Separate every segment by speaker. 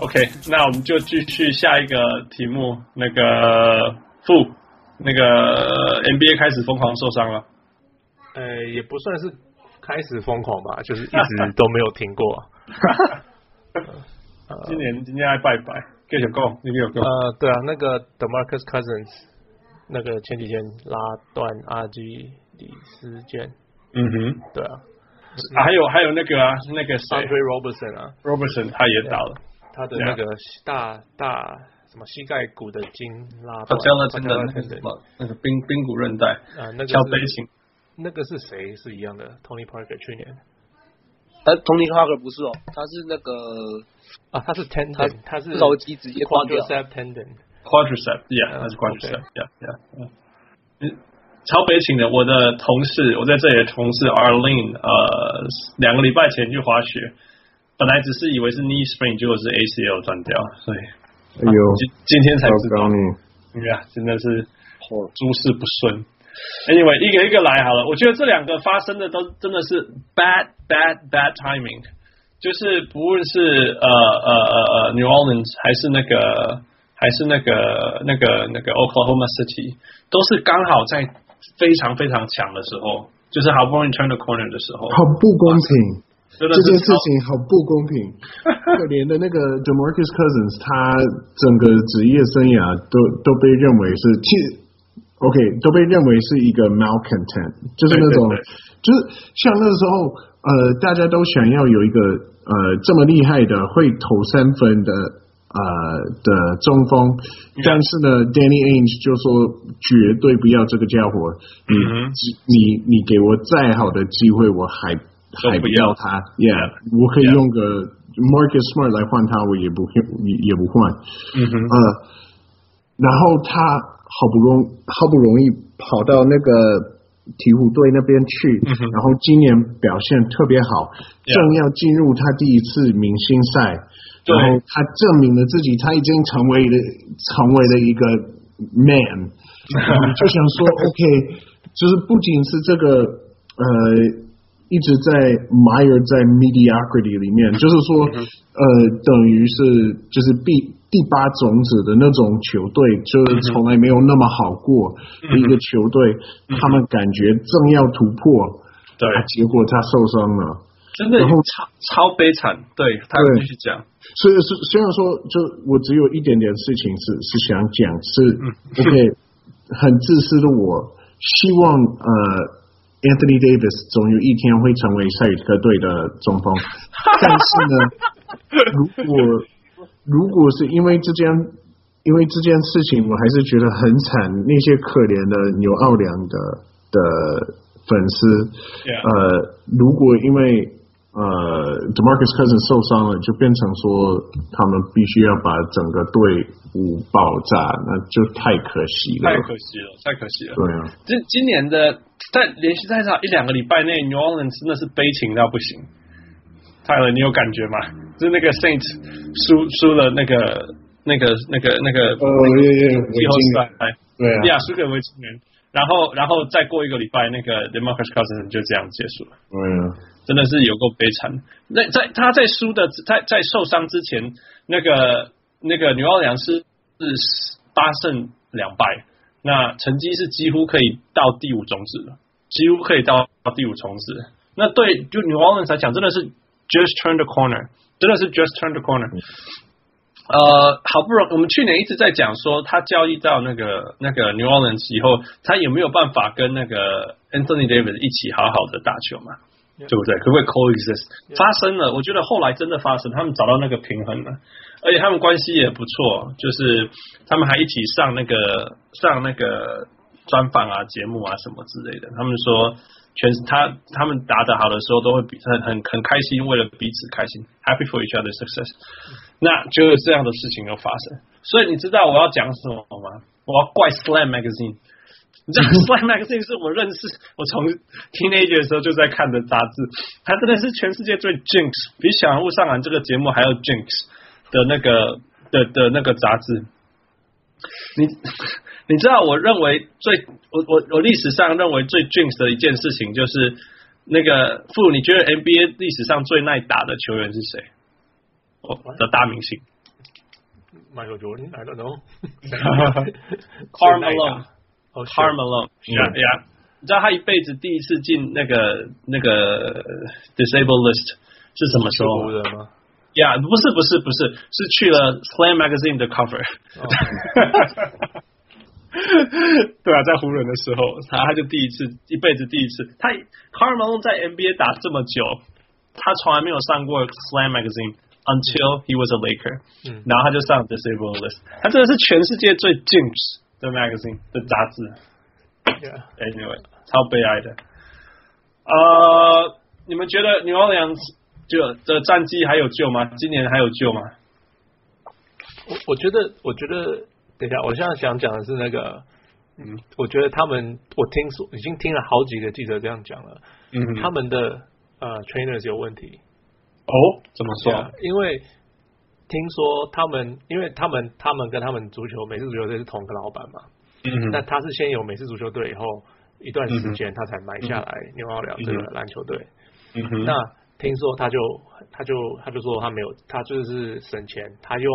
Speaker 1: OK，那我们就继续下一个题目。那个负，那个 NBA 开始疯狂受伤了。
Speaker 2: 呃，也不算是开始疯狂吧，就是一直都没有停过。
Speaker 1: 今年今年还拜拜，继续够，继续够。
Speaker 2: 呃，对啊，那个 Demarcus Cousins，那个前几天拉断阿基里斯腱，
Speaker 1: 嗯哼，
Speaker 2: 对啊
Speaker 1: 啊还有还有那个啊，那个谁
Speaker 2: a n d r e Robertson 啊，
Speaker 1: ，Robertson 他也倒了。
Speaker 2: 他的那个大大什么膝盖骨的筋拉断
Speaker 1: Patella tendon，
Speaker 2: patella tendon，
Speaker 1: 那个髌髌骨韧带，
Speaker 2: 啊，那个
Speaker 1: 小飞
Speaker 2: 是
Speaker 1: 行。
Speaker 2: 那个是谁是一样的？Tony Parker 去年
Speaker 3: 呃，Tony Parker 不是哦，他是那个
Speaker 2: 啊，他是 tendon，他是
Speaker 3: 手机直接断掉。
Speaker 2: quadricep tendon。
Speaker 1: quadricep，yeah，
Speaker 2: 嗯
Speaker 1: 那是 quadricep，yeah，yeah。嗯，超北请的，我的同事，我在这里的同事 Arlene，呃，两个礼拜前去滑雪，本来只是以为是 knee sprain，结果是 ACL 断掉，所以啊
Speaker 4: 哎呦，
Speaker 1: 今今天才
Speaker 4: 糟
Speaker 1: 知道
Speaker 4: 糕，你，
Speaker 1: 对啊，真的是
Speaker 4: 哦
Speaker 1: 诸事不顺。Anyway，一个一个来好了。我觉得这两个发生的都真的是 bad bad bad timing，就是不论是呃呃呃呃 New Orleans 还是那个还是那个那个那个 Oklahoma City，都是刚好在非常非常强的时候，就是好不容易 turn the corner 的时候，
Speaker 4: 好不公平。
Speaker 1: 真的
Speaker 4: 这件
Speaker 1: 是
Speaker 4: 事情好不公平。可怜的那个 Demarcus Cousins，他整个职业生涯都都被认为是，其实 OK 都被认为是一个 malcontent，就是那种
Speaker 1: 对对对
Speaker 4: 就是像那时候呃，大家都想要有一个呃这么厉害的会投三分的呃的中锋，
Speaker 1: 嗯
Speaker 4: 但是呢，Danny Ainge 就说绝对不要这个家伙，你、
Speaker 1: 嗯哼
Speaker 4: 你你给我再好的机会，我还
Speaker 1: 都
Speaker 4: 还
Speaker 1: 不
Speaker 4: 不
Speaker 1: 要
Speaker 4: 要他，Yeah，我可以用个 Marcus Smart 来换他，我也不也也不换，
Speaker 1: 嗯哼，
Speaker 4: 呃，然后他好不容好不容易跑到那个鹈鹕队那边去，
Speaker 1: 嗯哼
Speaker 4: 然后今年表现特别好，
Speaker 1: Yeah
Speaker 4: 正要进入他第一次明星赛，
Speaker 1: 对
Speaker 4: 然后他证明了自己，他已经成为了成为了一个 man，我就想说 OK，就是不仅是这个呃。一直在 mire 在 mediocrity 里面，就是说，呃，等于是就是第第八种子的那种球队，就是从来没有那么好过的一个球队，他们感觉正要突破，
Speaker 1: 对，
Speaker 4: 啊结果他受伤了。
Speaker 1: 真的
Speaker 4: 然后
Speaker 1: 超超悲惨，对他
Speaker 4: 对
Speaker 1: 继续讲，
Speaker 4: 所以是虽然说，就我只有一点点事情是是想讲，是 OK，很自私的我，希望呃，Anthony Davis 总有一天会成为赛特队的中锋，但是呢，如果如果是因为这件因为这件事情，我还是觉得很惨，那些可怜的纽奥良的的粉丝
Speaker 1: Yeah.
Speaker 4: 呃，如果因为呃 Demarcus Cousins 受伤了，就变成说他们必须要把整个队伍爆炸，那就太可惜
Speaker 1: 太。
Speaker 4: 了
Speaker 1: 可惜了，太可惜了。
Speaker 4: 对啊，
Speaker 1: 今今年的在连续在上一两个礼拜内，New Orleans 真的是悲情到不行。泰勒，你有感觉吗？就是那个 Saint 输输了那个那个那个那个
Speaker 4: 呃，也也我
Speaker 1: 季后赛，
Speaker 4: 对啊
Speaker 1: 呀，输给维京人。然后然后再过一个礼拜，那个 Demarcus Cousins 就这样结束了。
Speaker 4: 对啊，
Speaker 1: 真的是有够悲惨。那在他在输的在在受伤之前，那个那个纽奥良是是八胜两败，那成绩是几乎可以到第五种子的，几乎可以到第五种子。那对就纽奥良来讲，真的是 just turn the corner，真的是 just turn the corner。呃，好不容易，我们去年一直在讲说，他交易到那个那个 New Orleans 以后，他有没有办法跟那个 Anthony Davis 一起好好的打球嘛？对不对？可不可以 coexist？发生了，我觉得后来真的发生，他们找到那个平衡了，而且他们关系也不错，就是他们还一起上那个上那个专访啊、节目啊什么之类的。他们说全他他们打得好的时候都会比很很很开心，为了彼此开心，happy for each other success。那就有这样的事情又发生，所以你知道我要讲什么吗？我要怪 Slam Magazine。你 知道 Slam Magazine 是我认识，我从 teenager 的时候就在看的杂志，它真的是全世界最 jinx，比《小人物上篮》这个节目还要 jinx 的那个的的那个杂志。你你知道，我认为最我我我历史上认为最 jinx 的一件事情就是那个 傅，你觉得 NBA 历史上最耐打的球员是谁？我的大明星
Speaker 2: Michael Jordan? I don't know.
Speaker 1: Karl Malone。
Speaker 2: 哦
Speaker 1: c a r m e l o n yeah yeah，你知道他一辈子第一次进那个那个 disabled list 是什么时候吗
Speaker 2: 湖人吗？
Speaker 1: ？Yeah，不是不是不是，是去了 Slam Magazine 的 cover。
Speaker 2: 哦
Speaker 1: 对啊，在湖人的时候，他他就第一次一辈子第一次，他 c a r m e l o n 在 NBA 打这么久，他从来没有上过 Slam Magazine。Until he was a Laker，、
Speaker 2: 嗯
Speaker 1: 然后他就上 disabled list，他真的是全世界最 James 的 magazine 的杂志，
Speaker 2: ，Yeah，
Speaker 1: Anyway，超悲哀的。呃，你们觉得 New Orleans 就的战绩还有救吗？今年还有救吗？
Speaker 2: 我我觉得，我觉得，等一下，我现在想讲的是那个，嗯，我觉得他们，我听说已经听了好几个记者这样讲了，
Speaker 1: 嗯
Speaker 2: 他们的呃 trainers 有问题，
Speaker 1: 哦，怎么
Speaker 2: 对
Speaker 1: 说？
Speaker 2: 啊，因为听说他们，因为他们他们跟他们足球美式足球队是同个老板嘛，
Speaker 1: 嗯
Speaker 2: 那他是先有美式足球队，以后一段时间他才买下来纽奥良这个
Speaker 1: 嗯哼
Speaker 2: 篮球队。
Speaker 1: 嗯哼
Speaker 2: 那听说他就他就他就说他没有，他就是省钱，他用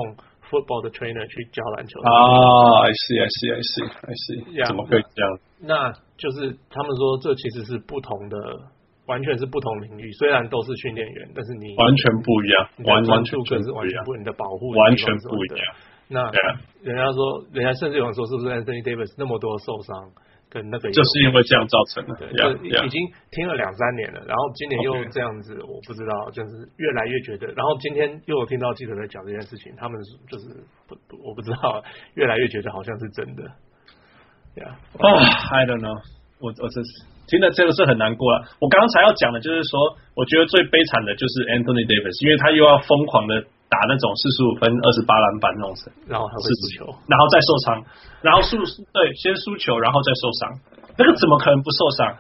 Speaker 2: football 的 trainer 去教篮球。
Speaker 1: 啊，I see, I see, I see, I see，、
Speaker 2: Yeah，
Speaker 1: 怎么会这样？
Speaker 2: 那就是他们说这其实是不同的，完全是不同领域。虽然都是训练员，但是你
Speaker 1: 完全不一样，
Speaker 2: 你的
Speaker 1: 完
Speaker 2: 专
Speaker 1: 完
Speaker 2: 注
Speaker 1: 全
Speaker 2: 跟是
Speaker 1: 不
Speaker 2: 完
Speaker 1: 一
Speaker 2: 全
Speaker 1: 样，
Speaker 2: 不，你的保护
Speaker 1: 完全不一
Speaker 2: 的地方是完全不
Speaker 1: 样。
Speaker 2: 那
Speaker 1: 对啊，
Speaker 2: 人家说，人家甚至有人说，是不是 Anthony Davis 那么多受伤，跟那个也
Speaker 1: 就
Speaker 2: 有
Speaker 1: 是因为这样造成的。
Speaker 2: 对，
Speaker 1: 呀
Speaker 2: 就已已经听了两三年了，然后今年又
Speaker 1: OK
Speaker 2: 这样子，我不知道，就是越来越觉得，然后今天又有听到记者在讲这件事情，他们就是不不，我不知道，越来越觉得好像是真的，对啊，
Speaker 1: 哦、i don't know，我我这是听了这个是很难过了。我刚才要讲的就是说，我觉得最悲惨的就是 Anthony Davis，因为他又要疯狂的打那种四十五分、二十八篮板那种事
Speaker 2: 然后还会
Speaker 1: 事
Speaker 2: 输
Speaker 1: 情
Speaker 2: 球，，
Speaker 1: 然后再受伤，然后输对先输球，然后再受伤，那个怎么可能不受伤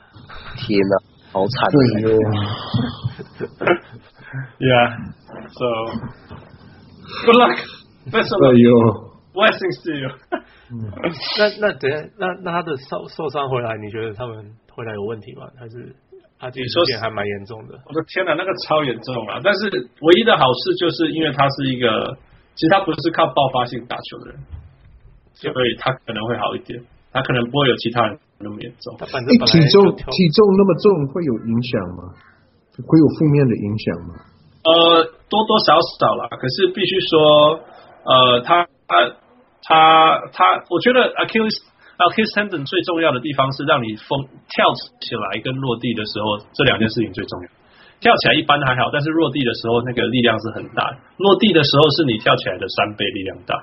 Speaker 3: 天哪，好惨！
Speaker 4: 对啊哟，
Speaker 1: ？Yeah，so good luck，best of
Speaker 4: 对
Speaker 1: luck,
Speaker 4: 哟。
Speaker 1: blessings to you
Speaker 2: 那那等一下，那那他的受受伤回来，你觉得他们回来有问题吗？还是他这
Speaker 1: 你
Speaker 2: 一
Speaker 1: 说
Speaker 2: 件
Speaker 1: 是
Speaker 2: 还蛮严重的？
Speaker 1: 我的天哪，那个超严重了。但是唯一的好事就是因为他是一个，其实他不是靠爆发性打球的人，所以他可能会好一点，他可能不会有其他人那么严重
Speaker 2: 他。反正
Speaker 4: 哎，
Speaker 2: 本
Speaker 4: 体
Speaker 2: 来就
Speaker 4: 重
Speaker 2: 跳
Speaker 4: 体重那么重会有影响吗？会有负面的影响吗？
Speaker 1: 呃，多多少少啦，可是必须说，呃，他他他他，我觉得 Achilles Achilles tendon 最重要的地方是让你疯跳起来跟落地的时候，这两件事情最重要。跳起来一般还好，但是落地的时候那个力量是很大的，落地的时候是你跳起来的三倍力量大。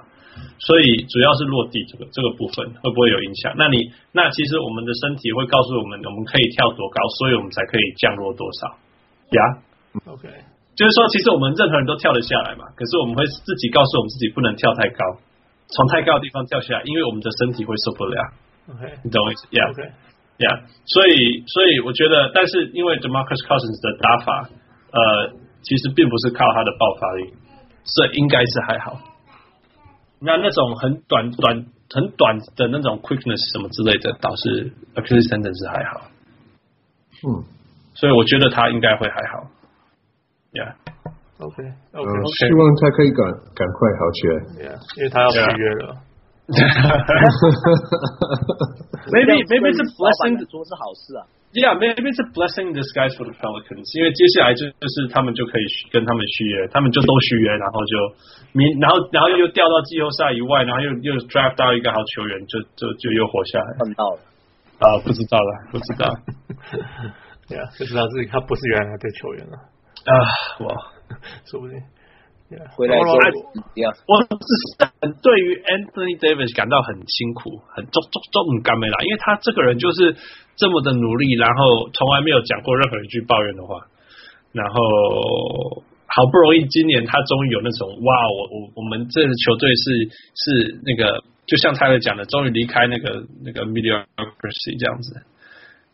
Speaker 1: 所以主要是落地这个这个部分会不会有影响？那你那其实我们的身体会告诉我们，我们可以跳多高，所以我们才可以降落多少呀。
Speaker 2: ，OK，
Speaker 1: 就是说，其实我们任何人都跳得下来嘛，可是我们会自己告诉我们自己不能跳太高，从太高的地方跳下来，因为我们的身体会受不了，
Speaker 2: OK
Speaker 1: 你懂我意思？Yeah，
Speaker 2: OK，
Speaker 1: Yeah，所以所以我觉得，但是因为 Demarcus Cousins 的打法，呃，其实并不是靠他的爆发力，所以应该是还好。那那种很短短很短的那种 quickness 什么之类的，倒是 a c h i l l e s t e n d o n 是还好，
Speaker 4: 嗯，
Speaker 1: 所以我觉得他应该会还好。Yeah，
Speaker 2: OK
Speaker 4: 呃
Speaker 2: OK，
Speaker 1: OK
Speaker 4: 希望他可以赶赶快好起来。
Speaker 2: yeah，因为他要续
Speaker 1: Yeah
Speaker 2: 约了。
Speaker 1: maybe maybe it's a
Speaker 3: 老板
Speaker 1: blessing
Speaker 3: 来说是好事啊。
Speaker 1: Yeah, maybe it's a blessing in disguise for the Pelicans，因为接下来就就是他们就可以续跟他们续约，他们就都续约，然后就明，然后然后又掉到季后赛以外，然后又又 draft 到一个好球员，就就就又活下来。
Speaker 3: 碰到了，
Speaker 1: 啊、不知道了，不知道。
Speaker 2: 对啊，就知道自己他不是原来的球员了，
Speaker 1: 啊，我
Speaker 2: 说不定。Yeah.
Speaker 3: 回来之后
Speaker 1: 我
Speaker 3: 一样。
Speaker 1: 我只是很对于 Anthony Davis 感到很辛苦，很重重重感没啦，因为他这个人就是这么的努力，然后从来没有讲过任何一句抱怨的话，然后好不容易今年他终于有那种哇，我我我们这支球队是是那个，就像泰勒讲的，终于离开那个那个 mediocrity 这样子，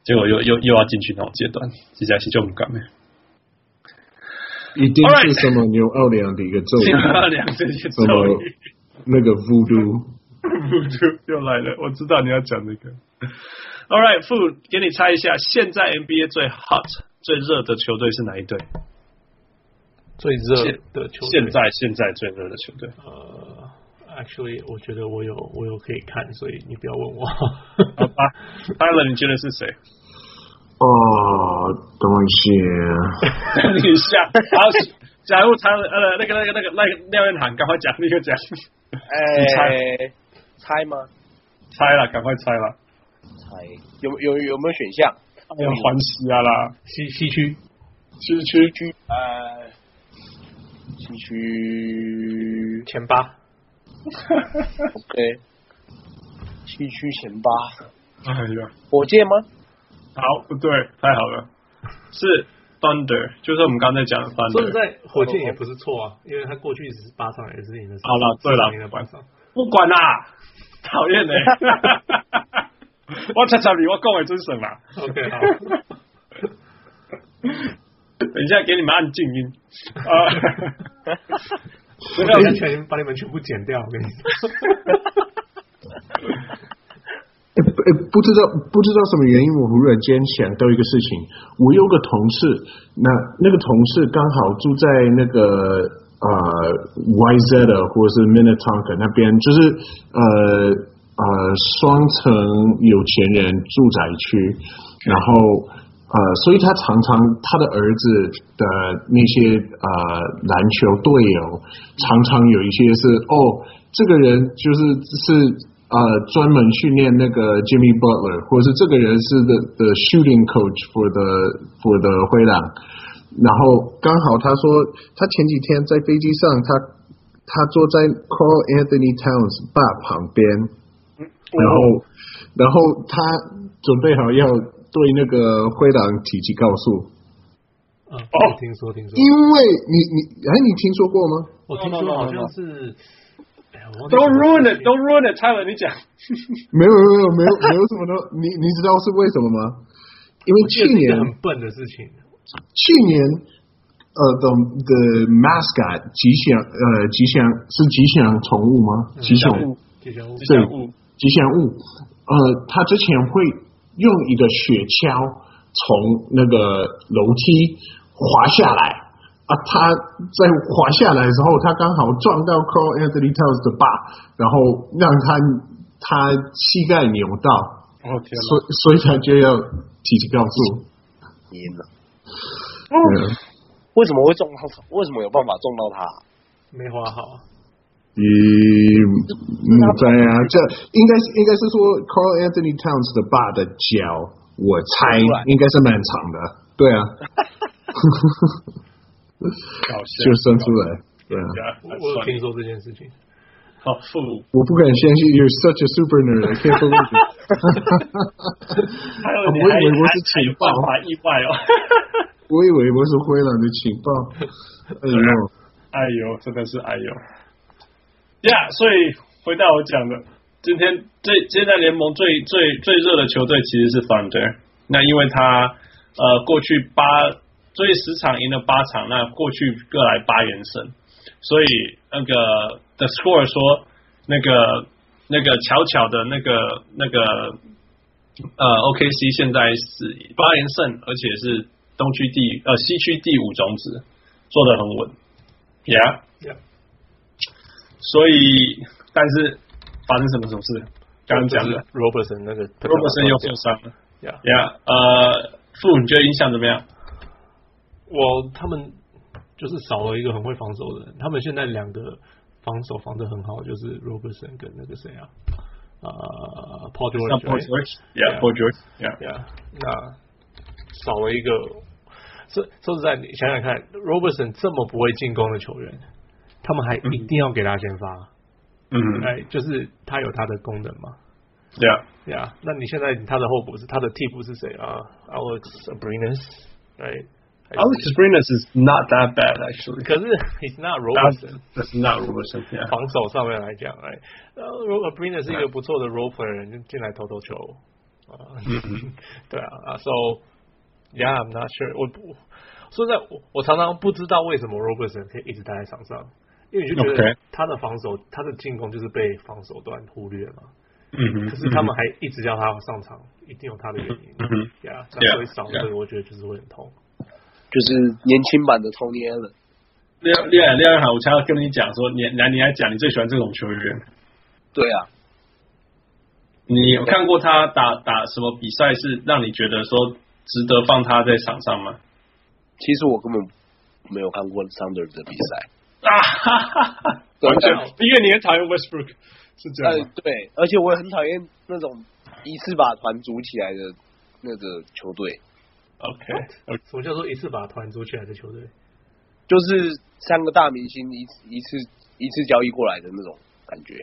Speaker 1: 结果又又又要进去那种阶段，实在是就很感没。
Speaker 4: 一定
Speaker 1: Alright
Speaker 4: 是什么纽奥良的一个 咒语，
Speaker 1: 两这些
Speaker 4: 什
Speaker 1: 咒
Speaker 4: 么
Speaker 1: 语。
Speaker 4: 那个 voodoo。
Speaker 1: Food 又来了，我知道你要讲这个。All right, Food，给你猜一下，现在 NBA 最 hot、最热的球队是哪一队？
Speaker 2: 最热的球队
Speaker 1: 现在现在最热的球队
Speaker 2: 呃，I actually 我觉得我有我有可以看，所以你不要问我。
Speaker 1: 好吧 t y l 你觉得是谁？
Speaker 4: 哦，等我一下，
Speaker 1: 等一下，然后假如他呃那个那个那个那个廖彦涵，赶快讲，立刻讲，
Speaker 3: 哎，猜吗？
Speaker 1: 猜了，赶快猜了，
Speaker 3: 猜有有有没有选项？
Speaker 1: 哎呀，欢喜啊啦，
Speaker 2: 西西区
Speaker 1: 区区区，
Speaker 3: 呃，西区
Speaker 2: 前八，
Speaker 3: ，OK，西区前八，
Speaker 1: 哎呀，
Speaker 3: 火箭吗？
Speaker 1: 好，不对，太好了，是 Thunder，就是我们刚才讲的
Speaker 2: 说
Speaker 1: Thunder。
Speaker 2: 实在，火箭也不是错啊，因为他过去十八场也是赢了，
Speaker 1: 好了对了
Speaker 2: 赢了八场。
Speaker 1: 不管啦，讨厌呢。 我查查你，我讲的真神啦。
Speaker 2: OK，好，
Speaker 1: 等一下给你们按静 音。啊、
Speaker 2: 我等一下全把你们全部剪掉，我跟你说。
Speaker 4: 哎不哎不知道不知道什么原因，我忽然间想到一个事情，我有个同事，那那个同事刚好住在那个呃 YZ 的或者是 Minnetonka 那边，就是呃呃双层有钱人住宅区，然后呃，所以他常常他的儿子的那些呃篮球队友，常常有一些是哦，这个人就是是。呃，专门训练那个 Jimmy Butler，或者是这个人是 the the shooting coach for the for the 灰狼。然后刚好他说，他前几天在飞机上，他他坐在 Carl Anthony Towns 爸旁边，然后然后他准备好要对那个灰狼提起告诉，
Speaker 2: 嗯，
Speaker 1: 哦
Speaker 2: 听说听说，
Speaker 4: 因为你你哎，你听说过吗？
Speaker 2: 我听说好像是。哎呀我忘记
Speaker 1: Don't
Speaker 2: 什么
Speaker 1: ruin it,
Speaker 2: 事情
Speaker 1: don't ruin it, Tyler，你讲。
Speaker 4: 没有没有没有没有什么的，你你知道是为什么吗？因为
Speaker 2: 这
Speaker 4: 去
Speaker 2: 是一
Speaker 4: 年
Speaker 2: 个很笨的事情。
Speaker 4: 去年呃的的 mascot 吉祥呃吉祥是吉祥嗯宠物吗？
Speaker 1: 嗯
Speaker 4: 吉祥物
Speaker 2: 嗯吉祥物
Speaker 1: 吉祥物
Speaker 4: 吉祥物呃，它之前会用一个雪橇从那个楼梯滑下来啊，他在滑下来的时候，他刚好撞到 Carl Anthony Towns 的爸，然后让他他膝盖扭到，
Speaker 1: 哦天哪！
Speaker 4: 所以所以他就要提起告诉。
Speaker 3: 赢了。
Speaker 4: 嗯
Speaker 3: 为什么会中到？为什么有办法中到他？
Speaker 2: 没花好，啊
Speaker 4: 咦，嗯，对啊，这应该是应该是说 Carl Anthony Towns 的爸的脚，我猜
Speaker 3: 出来
Speaker 4: 应该是蛮长的，对啊，
Speaker 1: 搞笑，
Speaker 4: 就伸出来，对啊，
Speaker 2: 我我有听说这件事情。
Speaker 1: 好富
Speaker 4: 我不敢相信 you're such a super nerd，I can't believe it
Speaker 1: 还有你
Speaker 4: 我以
Speaker 1: 还
Speaker 4: 为我
Speaker 1: 还
Speaker 4: 是
Speaker 1: 还有
Speaker 4: 情报
Speaker 1: 办法意外哦。
Speaker 4: 我以为我是灰狼的情报，哎呦，
Speaker 1: 哎呦，真的是哎呦。呀、所以回到我讲的，今天最现在联盟最最最热的球队其实是 Thunder。那因为他呃过去八最十场赢了八场，那过去各来八连胜，所以那个 The Score 说那个那个巧巧的那个那个呃 OKC 现在是八连胜，而且是东区第呃西区第五种子，做的很稳。Yeah，
Speaker 2: Yeah
Speaker 1: 所以但是发生什么什么事？刚刚讲的
Speaker 2: 就是 Robertson 那个
Speaker 1: ，Robertson 又受伤了。
Speaker 2: 呀，
Speaker 1: Yeah，呃，傅，你觉得影响怎么样？
Speaker 2: 我他们就是少了一个很会防守的人。他们现在两个防守防得很好，就是 Robertson 跟那个谁啊，呃，Paul
Speaker 1: 像
Speaker 2: George
Speaker 1: Paul
Speaker 2: right？Yeah
Speaker 1: George，Yeah，Paul George，Yeah，
Speaker 2: 呀，那少了一个。说说实在，你想想看，Robertson 这么不会进攻的球员，他们还一定要给他先发，
Speaker 1: 嗯
Speaker 2: 哎，就是他有他的功能嘛。
Speaker 1: ，Yeah，
Speaker 2: 呀那你现在他的候补是他的替补是谁啊？Alex Abrines，right？
Speaker 1: Alex Sabrina is not that bad actually。
Speaker 2: 可是 he's not Robertson，
Speaker 1: That's not Robertson. Yeah.
Speaker 2: 防守上面来讲，哎，呃，Ro-，Abrines 是一个不错的 role player，就进来投投球，啊，
Speaker 1: 嗯
Speaker 2: 对啊，啊，so yeah，I'm not sure，我不说实在，我我常常不知道为什么 Robertson 可以一直待在场上，因为你就觉得
Speaker 1: OK
Speaker 2: 他的防守，他的进攻就是被防守端忽略嘛。
Speaker 1: 嗯
Speaker 2: 可是他们还一直叫他上场，一定有他的原因
Speaker 1: 嗯哼。
Speaker 2: 呀，
Speaker 1: Yeah，
Speaker 2: 那所以少
Speaker 1: yeah
Speaker 2: 这个，我觉得就是会很痛。
Speaker 3: 就是年轻版的 Tony Allen，
Speaker 1: 廖廖廖元海，我才要跟你讲说，你来你来讲，你最喜欢这种球员。
Speaker 3: 对啊，
Speaker 1: 你有看过他打打什么比赛是让你觉得说值得放他在场上吗？
Speaker 3: 其实我根本没有看过 Thunder 的比赛，
Speaker 1: 啊，哈哈哈
Speaker 3: 对
Speaker 1: 完全
Speaker 3: 但，
Speaker 1: 因为你很讨厌 Westbrook，是这样
Speaker 3: 呃
Speaker 1: 吗？，
Speaker 3: 对，而且我也很讨厌那种一次把团组起来的那个球队，
Speaker 2: 哎
Speaker 1: OK，
Speaker 2: 什么叫做一次把团组起来的球队？
Speaker 3: 就是三个大明星一次一次一次交易过来的那种感觉。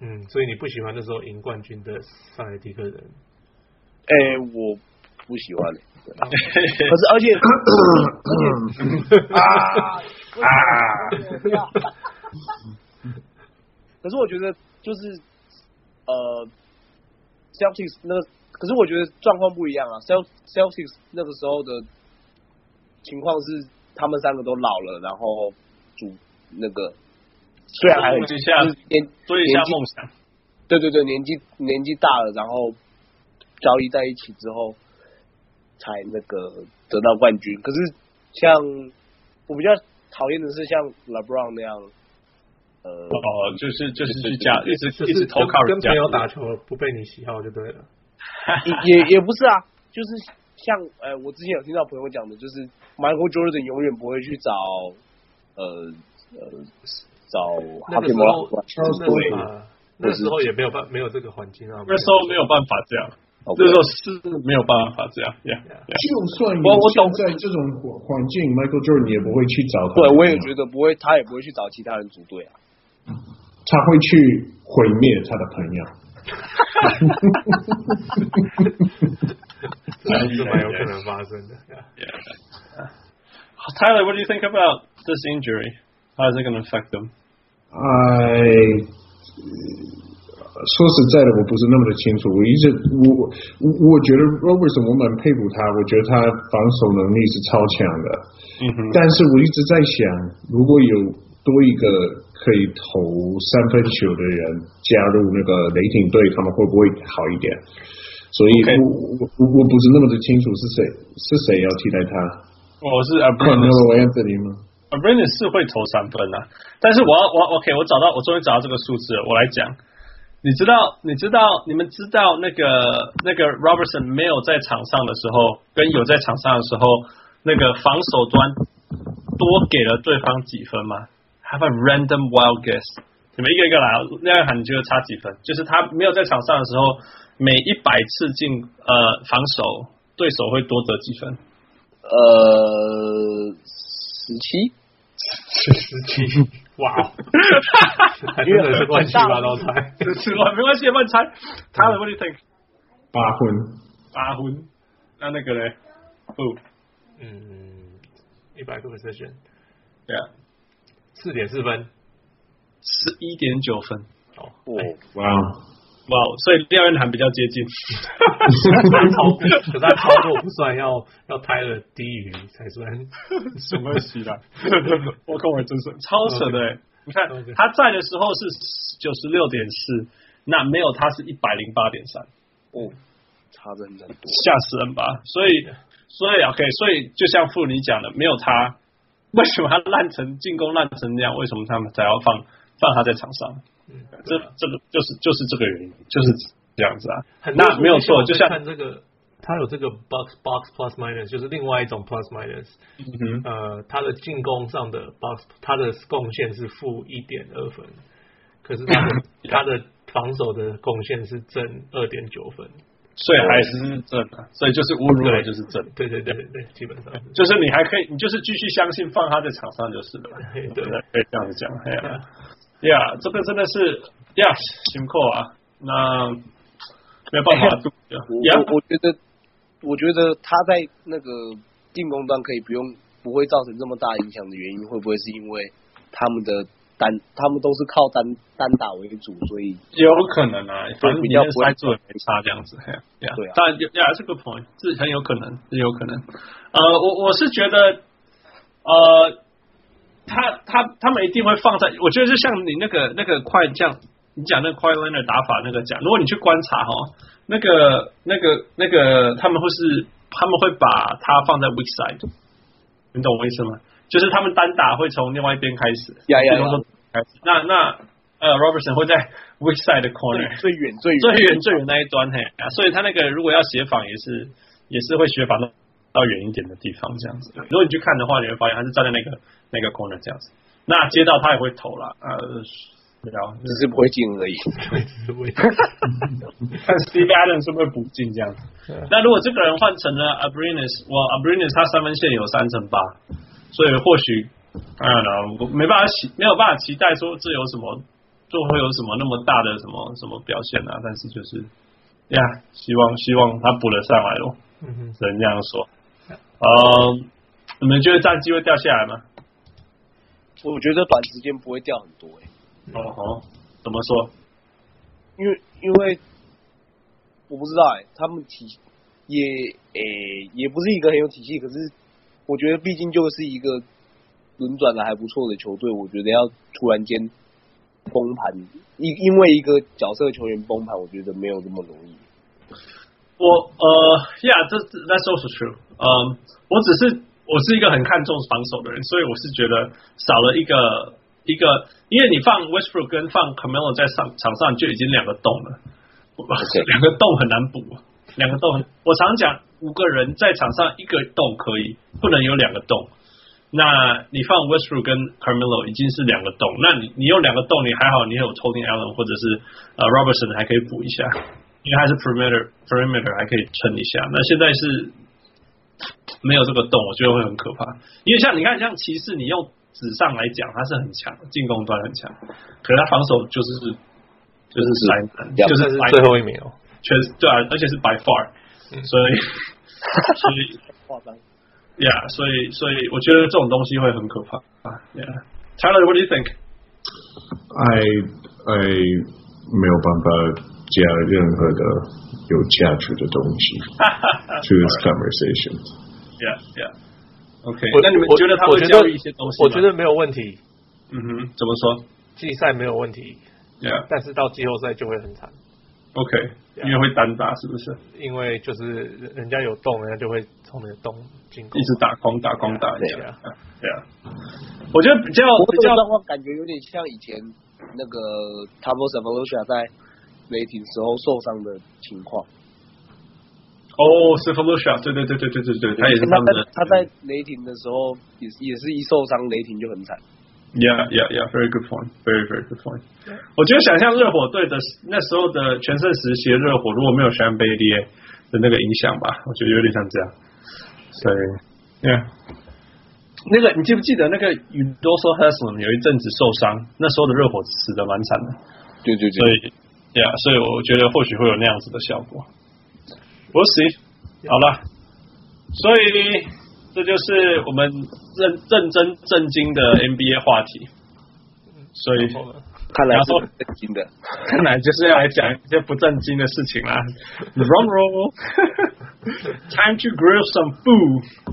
Speaker 2: 嗯，所以你不喜欢那时候赢冠军的塞尔蒂克人？
Speaker 3: 哎、我不喜欢、对
Speaker 1: ，OK，
Speaker 3: 可是而且
Speaker 1: 啊啊，
Speaker 3: 可是我觉得就是呃，Celtics 那个，可是我觉得状况不一样啊。Cel Celtics 那个时候的情况是，他们三个都老了，然后主那个虽然还很
Speaker 1: 追一下
Speaker 3: 就是年
Speaker 1: 追一下
Speaker 3: 年纪
Speaker 1: 梦想，哦
Speaker 3: 对对对，年纪年纪大了，然后交易在一起之后，才那个得到冠军。可是像我比较讨厌的是像 LeBron 那样，呃，
Speaker 1: 哦，就是就是去加，啊一直
Speaker 2: 就
Speaker 1: 一直
Speaker 2: 是
Speaker 1: 投靠人
Speaker 2: 跟跟
Speaker 1: 家
Speaker 2: 朋，友打球不被你喜好就对了。
Speaker 3: 也也也不是啊，就是像呃，我之前有听到朋友讲的，就是 Michael Jordan 永远不会去找呃呃找
Speaker 1: 啊
Speaker 3: 哈
Speaker 2: 那个
Speaker 3: 皮
Speaker 2: 时
Speaker 3: 摩拉
Speaker 2: 候
Speaker 3: 斯，
Speaker 2: 那
Speaker 3: 对，
Speaker 2: 啊那时候也没有办没有这个环境啊。
Speaker 1: 那时候没有办法这样，
Speaker 3: 哦
Speaker 1: 那时候是没有办法这样，Yeah，
Speaker 4: 就算
Speaker 3: 我我懂
Speaker 4: 在这种环境，Michael Jordan 也不会去找他。
Speaker 3: 对我也觉得不会，他也不会去找其他人组队啊。
Speaker 4: 他会去毁灭他的朋友。
Speaker 2: 这是蛮有
Speaker 1: 哎
Speaker 2: 可能发生的。Yeah.
Speaker 1: Tyler, what do you think about this injury? How is it going to affect them?
Speaker 4: 哎，说实在的，我不是那么的清楚。我一直我我我觉得 Robertson 我蛮佩服他，我觉得他防守能力是超强的。
Speaker 1: 嗯哼，
Speaker 4: 但是我一直在想，如果有多一个可以投三分球的人加入那个雷霆队，他们会不会好一点？所以
Speaker 1: OK
Speaker 4: 我我我我不是那么的清楚是谁是谁要替代他，
Speaker 1: 我是
Speaker 4: 可能
Speaker 1: Abrinas，Abrinas
Speaker 4: 我要这里吗？
Speaker 1: 是会投三分啊，但是我要我 OK，我找到我终于找到这个数字了，我来讲。你知道，你知道，你们知道那个那个 Robertson 没有在场上的时候，跟有在场上的时候，那个防守端多给了对方几分吗？Have a random wild guess，你们一个一个来啊，那样喊你觉得差几分？就是他没有在场上的时候，每一百次进呃防守，对手会多得几分？
Speaker 3: 呃，十七，
Speaker 2: 十七， 哇哦，还 真的是乱七八糟猜。
Speaker 1: 是吧？没关系，慢猜。他的 what do you think？
Speaker 4: 八分，
Speaker 1: 八分。那那个嘞？不，
Speaker 2: 嗯，一百个 position，
Speaker 1: 对啊，
Speaker 2: 四点四分。
Speaker 1: 十一点九分。
Speaker 2: 哦，
Speaker 3: 我
Speaker 4: 哇、
Speaker 1: 哇、哦所以廖元涵比较接近。
Speaker 2: 可是他超，可是他超过不算，要要拍了低于才算。
Speaker 1: 什么西啦？我跟我真是超扯的、欸。你看
Speaker 2: OK
Speaker 1: 他在的时候是九十六点四，那没有他是一百零八点三，
Speaker 3: 哦，差真的很多。
Speaker 1: 吓死人吧？所以，所以 OK，所以就像傅你讲的，没有
Speaker 2: 嗯
Speaker 1: 他，为什么他烂成进攻烂成那样？为什么他们才要放放他在场上？
Speaker 2: 嗯，
Speaker 1: 这这个就是就是这个原因，就是这样子啊。
Speaker 2: 很多
Speaker 1: 那没有错，就像
Speaker 2: 看这个，它有这个 box box plus minus，就是另外一种 plus minus。
Speaker 1: 嗯哼
Speaker 2: 呃，他的进攻上的 box，他的贡献是负一点二分，可是他的他的防守的贡献是正二点九分。
Speaker 1: 所以还是正的，所以就是侮辱了就是正，
Speaker 2: 对对对对对，基本上是
Speaker 1: 就是你还可以，你就是继续相信放他在场上就是了，
Speaker 2: 对
Speaker 1: 对
Speaker 2: 对
Speaker 1: 不对？可以这样子讲，哎呀，呀，这个真的是呀，辛苦啊，那没有 办法，
Speaker 3: 我
Speaker 1: 呀，
Speaker 3: 我我觉得，我觉得他在那个进攻端可以不用不会造成这么大影响的原因，会不会是因为他们的单，他们都是靠单单打为主，所以
Speaker 1: 有可能啊，反正
Speaker 3: 比
Speaker 1: 你
Speaker 3: 较
Speaker 1: 要
Speaker 3: 不会
Speaker 1: 塞住也没差这样子，嘿呀
Speaker 3: 对啊
Speaker 1: 但呀这个 point 是很有可能，是有可能。呃，我我是觉得，呃，他他他们一定会放在，我觉得就像你那个那个快将，你讲那个快 liner 打法那个讲，如果你去观察哈、哦，那个那个那个他们会是他们会把它放在 weak side，你懂我意思吗？就是他们单打会从另外一边开始，
Speaker 3: 呀呀
Speaker 1: 比方说开始那那呃 Robertson 会在 weak side 的 corner
Speaker 3: 最最远最远
Speaker 1: 最远最远那一端嘿、啊，所以他那个如果要协防也是也是会协防到到远一点的地方这样子。如果你去看的话，你会发现他是站在那个那个 corner 这样子。那接到他也会投了，呃，然后
Speaker 3: 只是不会进而已。
Speaker 2: 是为
Speaker 1: 看 Steve Adams 会不会补进这样子。那如果这个人换成了 Abrinas，哇，Abrinas 他三分线有三成八，所以或许当然了，我没办法期没有办法期待说这有什么，就会有什么那么大的什么什么表现啊。但是就是呀，希望希望他补了上来咯，
Speaker 2: 嗯哼，
Speaker 1: 只能这样说。呃，你们觉得战绩会掉下来吗？
Speaker 3: 我觉得短时间不会掉很多、欸，
Speaker 1: 哦吼，怎么说？
Speaker 3: 因为因为我不知道哎、他们体也诶、也不是一个很有体系，可是我觉得毕竟就是一个轮转的还不错的球队，我觉得要突然间崩盘，因因为一个角色球员崩盘，我觉得没有那么容易。
Speaker 1: 我呃，Yeah，这这 That's also true。嗯，我只是我是一个很看重防守的人，所以我是觉得少了一个一个，因为你放 Westbrook 跟放 Camelo 在场场上就已经两个洞了， 两个洞很难补，两个洞很。我常讲五个人在场上一个洞可以，不能有两个洞。那你放 Westbrook 跟 Carmelo 已经是两个洞，那你你有两个洞，你还好，你有 Tony Allen 或者是呃 Robertson 还可以补一下，因为他是 perimeter perimeter 还可以撑一下。那现在是没有这个洞，我觉得会很可怕。因为像你看，像骑士，你用纸上来讲，他是很强，进攻端很强，可是他防守就是就是塞满，
Speaker 3: 这
Speaker 1: 就是
Speaker 2: 这是
Speaker 1: 塞满
Speaker 2: 最后一名哦。
Speaker 1: 全对啊，而且是 by far，所以 所以
Speaker 3: 夸张，
Speaker 1: Yeah，所以所以我觉得这种东西会很可怕啊。Yeah，Tyler，what do you think？
Speaker 4: I I 没有办法加任何的有价值的东西 to this conversation。
Speaker 1: Yeah，Yeah，OK、
Speaker 2: 我
Speaker 1: 那你们
Speaker 2: 我
Speaker 1: 觉得他
Speaker 2: 我
Speaker 1: 会
Speaker 2: 觉
Speaker 1: 教
Speaker 2: 得
Speaker 1: 育一些东西吗
Speaker 2: 我觉得没有问题，
Speaker 1: 嗯哼，怎么说
Speaker 2: 季赛没有问题，
Speaker 1: ？Yeah，OK，、
Speaker 2: 但是到季后赛就会很惨，
Speaker 1: 因为会单打是不是？
Speaker 2: 因为就是人家有洞，人家就会从你的洞进攻
Speaker 1: 一。直打空打空打一
Speaker 2: 对
Speaker 1: 下
Speaker 2: 啊。
Speaker 1: Yeah，我觉得比较
Speaker 3: 我
Speaker 1: 比
Speaker 3: 这
Speaker 1: 较
Speaker 3: 个状况感觉有点像以前那个 t a m o s a v a l o s h a 在雷霆时候受伤的情况。
Speaker 1: 哦 s i f a l u s h a 对对对对对对对，他也是
Speaker 3: 他
Speaker 1: 们
Speaker 3: 在
Speaker 1: 的。
Speaker 3: 他在雷霆的时候也是也是一受伤，雷霆就很惨。
Speaker 1: Yeah, yeah, yeah. Very good point. Very, very good point. 我觉得想象热火队的那时候的全盛时期的热火，如果没有 s h a m b a d 的那个影响吧，我觉得有点像这样。所以，Yeah，那个你记不记得那个 Udoso Haslam 有一阵子受伤，那时候的热火死的蛮惨的。
Speaker 3: 对对
Speaker 1: 所以，Yeah，所以我觉得或许会有那样子的效果。我 e 好了，所以这就是我们认认真正经的 NBA 话题。所以
Speaker 2: 然后呢
Speaker 3: 看来
Speaker 1: 然
Speaker 3: 是
Speaker 1: 后
Speaker 3: 震惊的。
Speaker 1: 看来就是要来讲一些不正经的事情啦。Drum roll，time to grill some food。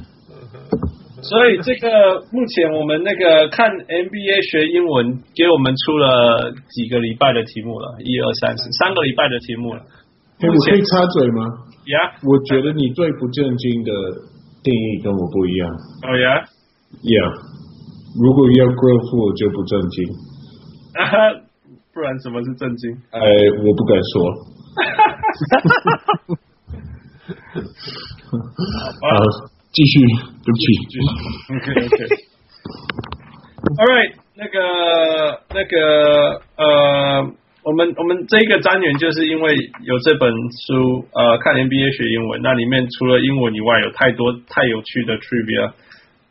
Speaker 1: 所以这个目前我们那个看 NBA 学英文，给我们出了几个礼拜的题目了，一二三四三个礼拜的题目了。
Speaker 4: 哎，
Speaker 1: 目
Speaker 4: 我可
Speaker 1: 前
Speaker 4: 以插嘴吗？
Speaker 1: 呀，
Speaker 4: 我觉得你对不正经的定义跟我不一样。
Speaker 1: 哦呀，
Speaker 4: Yeah，如果要 grow food 就不正经。
Speaker 1: 啊哈 不然什么是正经？
Speaker 4: 哎，我不敢说。
Speaker 1: 好
Speaker 4: 好，继续，对不起。
Speaker 1: OK OK。All right，那个那个呃，我们我们这一个单元就是因为有这本书，呃，看 NBA 学英文，那里面除了英文以外，有太多太有趣的 trivia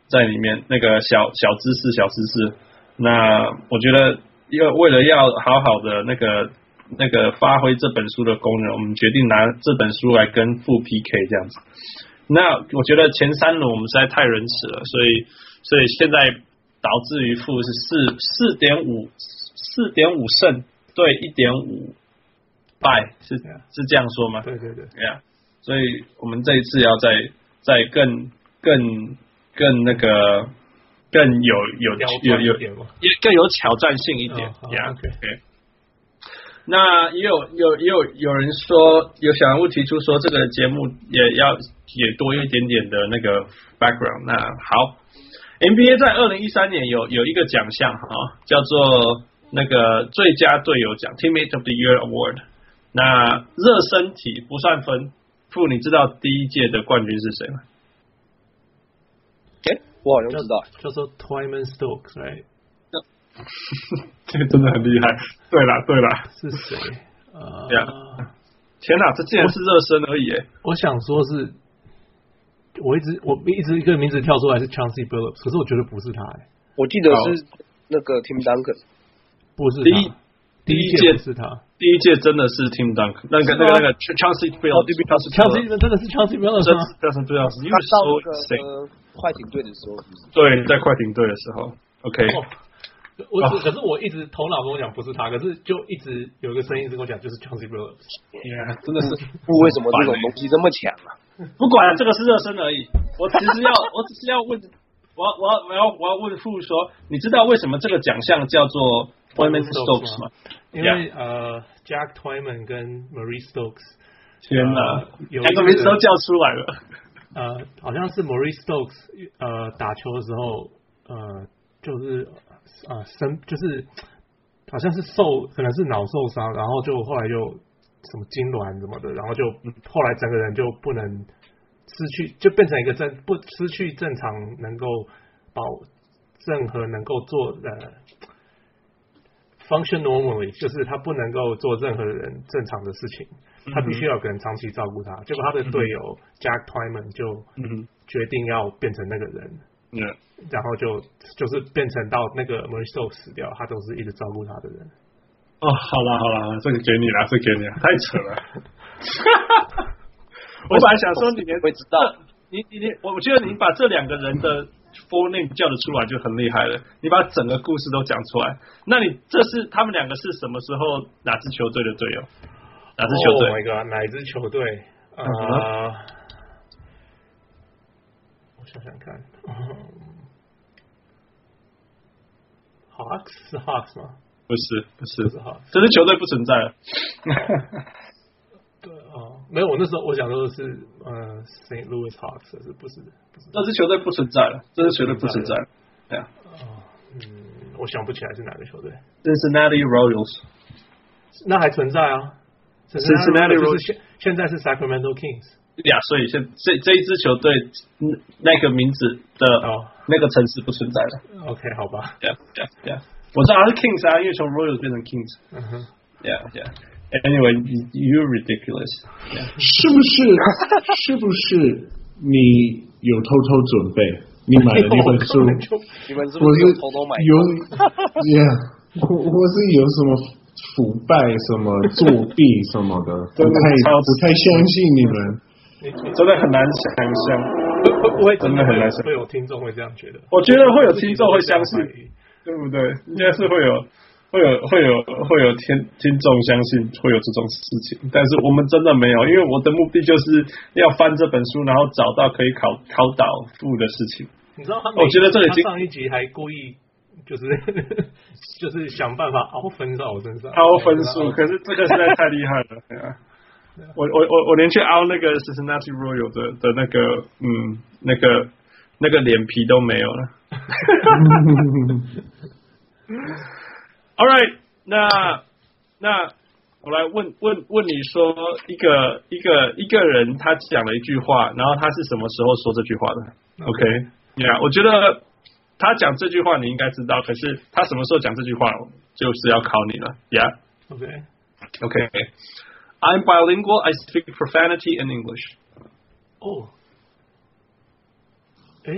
Speaker 1: 在里面，那个小小知识小知识。那我觉得要为了要好好的那个那个发挥这本书的功能，我们决定拿这本书来跟副 PK 这样子。那我觉得前三轮我们实在太仁慈了，所以所以现在导致于负是四四点五四点五胜对一点五败，是
Speaker 2: Yeah.
Speaker 1: 是这样说吗？
Speaker 2: 对对对，
Speaker 1: 对呀，所以我们这一次要再再更更更那个更有有
Speaker 2: 刁
Speaker 1: 有
Speaker 2: 钻
Speaker 1: 有
Speaker 2: 一点嘛。
Speaker 1: 也更有挑战性一点
Speaker 2: 哦好
Speaker 1: 呀。
Speaker 2: OK
Speaker 1: OK 那也有有也有有人说有小人物提出说这个节目也要也多一点点的那个 background。那好， NBA 在二零一三年有有一个奖项哈，叫做那个最佳队友奖 （Teammate of the Year Award）。那热身体不算分，傅，你知道第一届的冠军是谁吗？
Speaker 3: 哎、我好像知道，
Speaker 2: 叫做 Twyman Stokes，right？
Speaker 1: 这个真的很厉害。对啦，对啦，
Speaker 2: 是谁？呃
Speaker 1: Yeah 天哪，这竟然是热身而已耶！
Speaker 2: 我想说是，我一直我一直一个名字跳出来是 Chauncey Billups，可是我觉得不是他、欸，
Speaker 3: 我记得是那个 Tim Duncan，
Speaker 2: 不是
Speaker 1: 第一
Speaker 2: 他，第
Speaker 1: 第一
Speaker 2: 届
Speaker 1: 届
Speaker 2: 不是他
Speaker 1: 第一届真的是哦 Tim Duncan，那个
Speaker 3: 是
Speaker 1: 那
Speaker 3: 吗
Speaker 1: 个那个 Chauncey
Speaker 2: ，Chauncey
Speaker 1: Billups，Chauncey
Speaker 2: 真的是 Chauncey Billups 吗？
Speaker 1: Billups，Chauncey Billups，you
Speaker 3: 他到那
Speaker 1: so
Speaker 3: 个
Speaker 1: insane。
Speaker 3: 呃快艇队的时候，是不是
Speaker 1: 对，在快艇队的时候，OK，
Speaker 2: 哦我
Speaker 1: 哦
Speaker 2: 可是我一直头脑跟我讲不是他，可是就一直有一个声音跟我讲就是 Chauncey Billups。
Speaker 1: Yeah，真的 是
Speaker 3: 为什么这种东西这么强啊？
Speaker 1: 啊不管这个是热身而已。我只是要，我只是要问，我要我要我要我要问傅说，你知道为什么这个奖项叫做 w o m e n Stokes 吗？
Speaker 2: 因为呃，Jack Twyman 跟 Marie Stokes，
Speaker 1: 天哪
Speaker 2: 呃，有一
Speaker 1: 啊两个名字都叫出来了。
Speaker 2: 呃，好像是 Marie Stokes 呃打球的时候，呃，就是呃生就是好像是受可能是脑受伤，然后就后来就什么痉挛什么的，然后就后来整个人就不能失去，就变成一个正不失去正常能够保任何能够做呃 function normally，就是他不能够做任何人正常的事情，
Speaker 1: 嗯
Speaker 2: 他必须要有个人长期照顾他。结果他的队友 Jack Twyman 就
Speaker 1: 嗯
Speaker 2: 决定要变成那个人，
Speaker 1: 哼，Yeah，
Speaker 2: 然后就就是变成到那个 m e r c e 死掉，他都是一直照顾他的人。
Speaker 1: 哦，好啦好啦，这个给你啦，这个给你啦，太扯了。 我本来想说你连
Speaker 3: 会知 道，
Speaker 1: 你你你，我我觉得你把这两个人的 full name 叫得出来就很厉害了，你把整个故事都讲出来。那你这是他们两个是什么时候哪支球队的队友？哪支球
Speaker 2: Oh
Speaker 1: 队？
Speaker 2: my god！哪一支球队？呃，
Speaker 1: 嗯
Speaker 2: 我想想看、 嗯、，Hawks 是 Hawks 吗？
Speaker 1: 不是不
Speaker 2: 不
Speaker 1: 是
Speaker 2: 是，Hawks。
Speaker 1: 这支球队不存在了。
Speaker 2: 对哦，没有，我那时候我想说的是呃，St. Louis Hawks，可是不是不是？
Speaker 1: 这支球队不存在了，这支球队不存在了。对啊
Speaker 2: 嗯，我想不起来是哪个球队。
Speaker 1: ，Cincinnati Royals。
Speaker 2: 那还存在啊
Speaker 1: Cincinnati
Speaker 2: 就是
Speaker 1: Royals
Speaker 2: 现现在是 Sacramento Kings。
Speaker 1: 对啊，所以现这这一支球队嗯那个名字的
Speaker 2: 哦
Speaker 1: 那个城市不存在了。
Speaker 2: OK，好吧，
Speaker 1: 对啊对啊对啊，我知道他是 Kings 啊，因为从 Royals 变成 Kings。
Speaker 2: 嗯哼，
Speaker 1: Yeah, yeah. Anyway, y- you're ridiculous. Yeah.
Speaker 4: 是不是？是不是你有偷偷准备？你买了那本书
Speaker 2: 我根，本就
Speaker 3: 你们是
Speaker 4: 我
Speaker 3: 不
Speaker 4: 是
Speaker 3: 是有偷偷买？
Speaker 4: 有，yeah，我我是有什么腐败、什么作弊什么的，
Speaker 1: 真
Speaker 4: 不
Speaker 1: 的
Speaker 4: 太
Speaker 1: 超
Speaker 4: 不太相信你们。
Speaker 2: 你
Speaker 1: 真的很难想象，
Speaker 2: 会会不会
Speaker 1: 真的很难想
Speaker 2: 会有听众会这样觉得？
Speaker 1: 我觉得会有听众会相信
Speaker 2: 我自己
Speaker 1: 对
Speaker 2: 都这样怀疑
Speaker 1: 不对？应该是会有。会有会有会有听听众相信会有这种事情，但是我们真的没有，因为我的目的就是要翻这本书，然后找到可以考考倒负的事情。
Speaker 2: 你知道他每，
Speaker 1: 我觉得这已经
Speaker 2: 他上一集还故意就是就是想办法凹分到我身上，
Speaker 1: 凹分
Speaker 2: 啊
Speaker 1: 数，可是这个实在太厉害了。对啊我我我我连去凹那个 Cincinnati Royal 的的那个嗯那个那个脸皮都没有了。All right，那那我来问问问你说一个一个一个人他讲了一句话，然后他是什么时候说这句话的
Speaker 2: OK
Speaker 1: ？OK，Yeah，、我觉得他讲这句话你应该知道，可是他什么时候讲这句话就是要考你了，Yeah。
Speaker 2: OK，
Speaker 1: Okay. I'm bilingual. I speak profanity and English.
Speaker 2: 哦，哎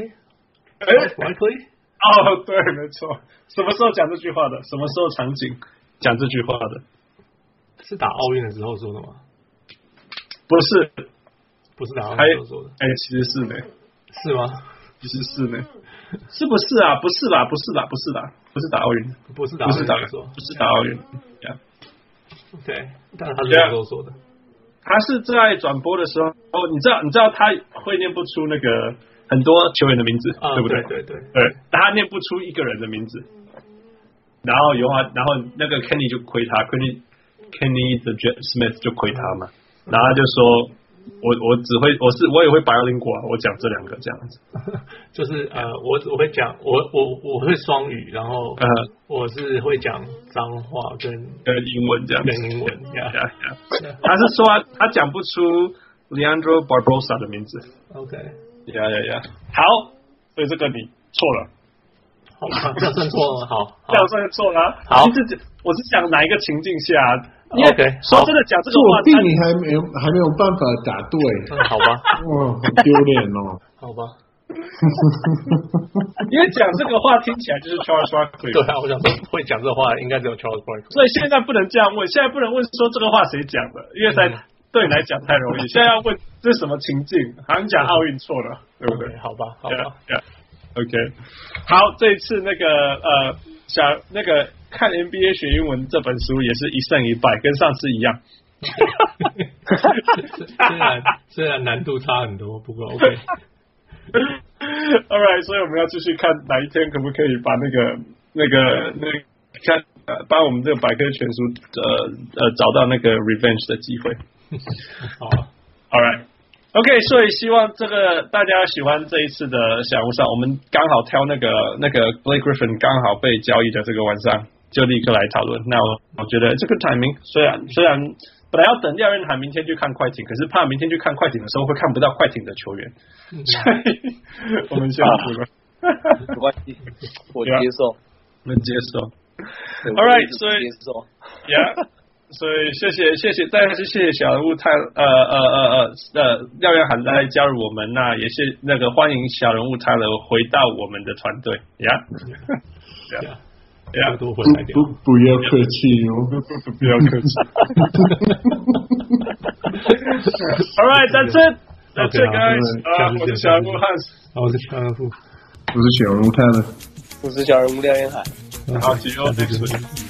Speaker 1: 哎
Speaker 2: ，Likely
Speaker 1: 哦，对，没错。什么时候讲这句话的？什么时候场景讲这句话的？
Speaker 2: 是打奥运的时候说的吗？
Speaker 1: 不是，
Speaker 2: 不是打奥
Speaker 1: 还
Speaker 2: 运的时候说的，
Speaker 1: 哎、其实是呢，
Speaker 2: 是吗？
Speaker 1: 其实是呢，是不是啊？不是啦，不是啦，不是啦，不是打奥运，
Speaker 2: 不是打
Speaker 1: 不
Speaker 2: 奥
Speaker 1: 是
Speaker 2: 运
Speaker 1: 打
Speaker 2: 的时候，，
Speaker 1: 不是打奥啊运。Yeah.
Speaker 2: 对，但是他是那时候说的。
Speaker 1: 他是在转播的时候，哦，你知道，你知道他会念不出那个很多球员的名字，
Speaker 2: 啊，
Speaker 1: 对不
Speaker 2: 对
Speaker 1: 对？
Speaker 2: 对对，
Speaker 1: 对，他念不出一个人的名字。然后有啊，然后那个 Kenny 就亏他，Kenny Kenny the Jet Smith 就亏他嘛，然后他就说我我只会我是我也会 bilingual，我啊讲这两个这样子。
Speaker 2: 就是呃，我我会讲我我我会双语，然后
Speaker 1: 呃
Speaker 2: 我是会讲脏话跟
Speaker 1: 呃，英文这样子。
Speaker 2: 跟英文呀
Speaker 1: Yeah, yeah. 他是说他他讲不出 Leandro Barbosa 的名字。
Speaker 2: OK，
Speaker 1: 呀呀呀！好，所以这个你错了，
Speaker 2: 好吧， 这样算错了， 好，好
Speaker 1: 这样算是错了啊。
Speaker 2: 好
Speaker 1: 我是指我是讲哪一个情境下啊？因为
Speaker 2: OK，
Speaker 1: 说
Speaker 2: 好
Speaker 1: 真的，讲这个话
Speaker 4: 作弊
Speaker 1: 他
Speaker 4: 你还没有还没有办法答对，
Speaker 2: 嗯好吧，
Speaker 4: 哇，好丢脸哦！
Speaker 2: 好 吧，
Speaker 1: 因为讲这个话听起来就是 Charles Barkley。
Speaker 2: 对啊，我想说会讲这话应该只有 Charles Barkley。
Speaker 1: 所以现在不能这样问，现在不能问说这个话谁讲的，因为才、
Speaker 2: 嗯
Speaker 1: 对你来讲太容易。现在要问这是什么情境？好像讲奥运错了，对不对
Speaker 2: OK，好吧，好吧，
Speaker 1: ？Yeah, yeah. OK，好，这一次那个呃，小那个看 NBA 学英文这本书也是一胜一败，跟上次一样。啊
Speaker 2: 虽然虽然难度差很多，不过 OK，
Speaker 1: All right，所以我们要继续看哪一天可不可以把那个那个那个看呃把我们这个百科全书呃呃找到那个 revenge 的机会。
Speaker 2: 好啊，
Speaker 1: All right. OK，所以希望这个大家喜欢这一次的小屋上，我们刚好挑那个那个 Blake Griffin 刚好被交易的这个晚上，就立刻来讨论。那我我觉得这个 timing 虽然虽然本来要等廖任涵明天去看快艇，可是怕明天去看快艇的时候会看不到快艇的球员， 所以我们先不 了，
Speaker 3: 没关系，我接受。
Speaker 1: 能接受。
Speaker 3: 对
Speaker 1: All right，
Speaker 3: 我一直
Speaker 1: 所以
Speaker 3: 接受。
Speaker 1: Yeah，所以谢谢谢谢，再次谢谢小人物太呃呃呃呃呃廖元涵来加入我们，那也是那个欢迎小人物泰勒回到我们的团队，Yeah
Speaker 2: 这
Speaker 1: 啊
Speaker 2: 样
Speaker 1: Yeah，
Speaker 2: 多回来点
Speaker 4: 不。不不要客气哦，
Speaker 1: 不要客气。All right, that's it. That's it,
Speaker 2: Okay，好
Speaker 1: guys.
Speaker 2: 下
Speaker 1: 啊我是小人
Speaker 2: 次，见
Speaker 1: 物汉斯，
Speaker 2: 好，我是川富，
Speaker 4: 我是小龙太的。
Speaker 3: 我是小人物廖元海。
Speaker 1: 好，请用 next week。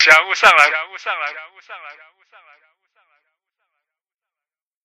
Speaker 5: 小物上来，小物上来。